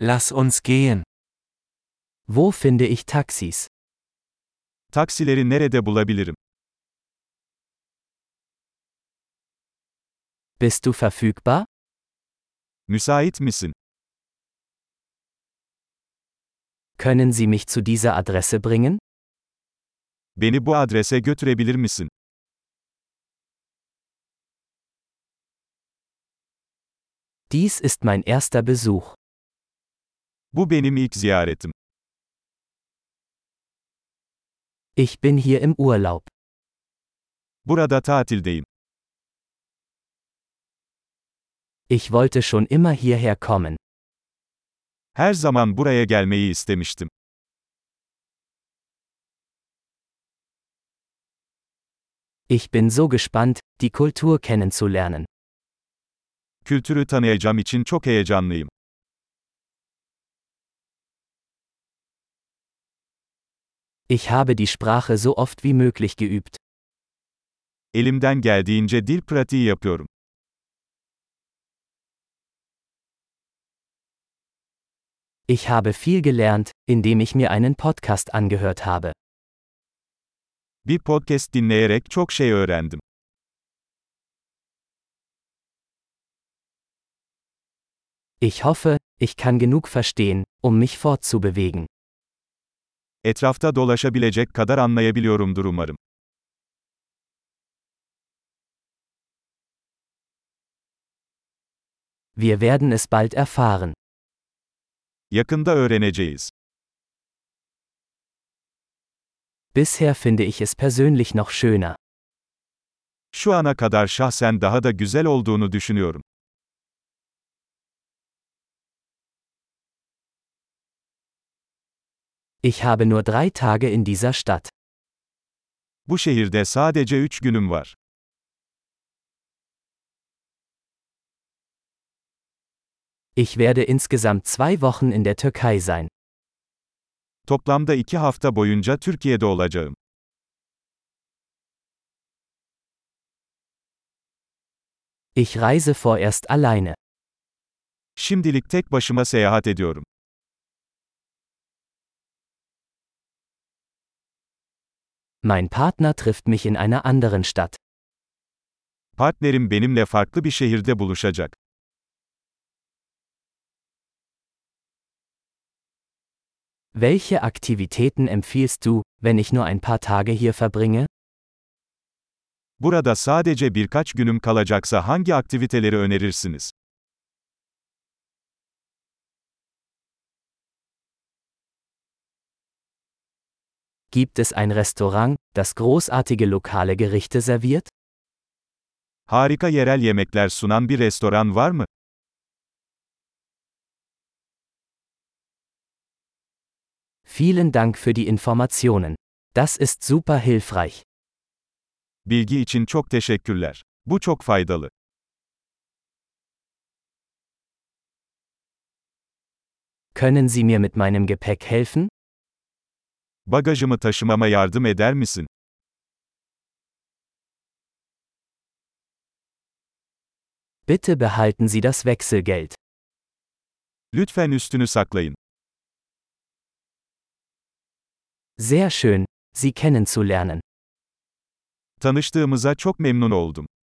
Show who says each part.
Speaker 1: Lass uns gehen. Wo finde ich Taxis?
Speaker 2: Taksileri nerede bulabilirim?
Speaker 1: Bist du verfügbar?
Speaker 2: Müsait misin?
Speaker 1: Können Sie mich zu dieser Adresse bringen?
Speaker 2: Beni bu adrese götürebilir misin?
Speaker 1: Dies ist mein erster Besuch.
Speaker 2: Bu benim ilk ziyaretim.
Speaker 1: Ich bin hier im Urlaub.
Speaker 2: Burada tatildeyim.
Speaker 1: Ich wollte schon immer hierher kommen.
Speaker 2: Her zaman buraya gelmeyi istemiştim.
Speaker 1: Ich bin so gespannt, die Kultur kennenzulernen.
Speaker 2: Kültürü tanıyacağım için çok heyecanlıyım.
Speaker 1: Ich habe die Sprache so oft wie möglich geübt.
Speaker 2: Elimden geldiğince dil pratiği yapıyorum.
Speaker 1: Ich habe viel gelernt, indem ich mir einen Podcast angehört habe.
Speaker 2: Bir podcast dinleyerek çok şey öğrendim.
Speaker 1: Ich hoffe, ich kann genug verstehen, um mich fortzubewegen.
Speaker 2: Etrafta dolaşabilecek kadar anlayabiliyorumdur umarım.
Speaker 1: Wir werden es bald erfahren.
Speaker 2: Yakında öğreneceğiz.
Speaker 1: Bisher finde ich es persönlich noch schöner.
Speaker 2: Şu ana kadar şahsen daha da güzel olduğunu düşünüyorum.
Speaker 1: Ich habe nur drei Tage in dieser Stadt.
Speaker 2: Bu şehirde sadece 3 günüm var.
Speaker 1: Ich werde insgesamt zwei Wochen in der Türkei sein.
Speaker 2: Toplamda 2 hafta boyunca Türkiye'de olacağım.
Speaker 1: Ich reise vorerst alleine.
Speaker 2: Şimdilik tek başıma seyahat ediyorum.
Speaker 1: Mein Partner trifft mich in einer anderen Stadt.
Speaker 2: Partnerim benimle farklı bir şehirde buluşacak.
Speaker 1: Welche Aktivitäten empfiehlst du, wenn ich nur ein paar Tage hier verbringe?
Speaker 2: Burada sadece birkaç günüm kalacaksa hangi aktiviteleri önerirsiniz?
Speaker 1: Gibt es ein Restaurant, das großartige lokale Gerichte serviert?
Speaker 2: Harika yerel yemekler sunan bir restoran var mı?
Speaker 1: Vielen Dank für die Informationen. Das ist super hilfreich.
Speaker 2: Bilgi için çok teşekkürler. Bu çok faydalı.
Speaker 1: Können Sie mir mit meinem Gepäck helfen?
Speaker 2: Bagajımı taşımama yardım eder misin?
Speaker 1: Bitte behalten Sie das Wechselgeld.
Speaker 2: Lütfen üstünü saklayın.
Speaker 1: Sehr schön, Sie kennenzulernen.
Speaker 2: Tanıştığımıza çok memnun oldum.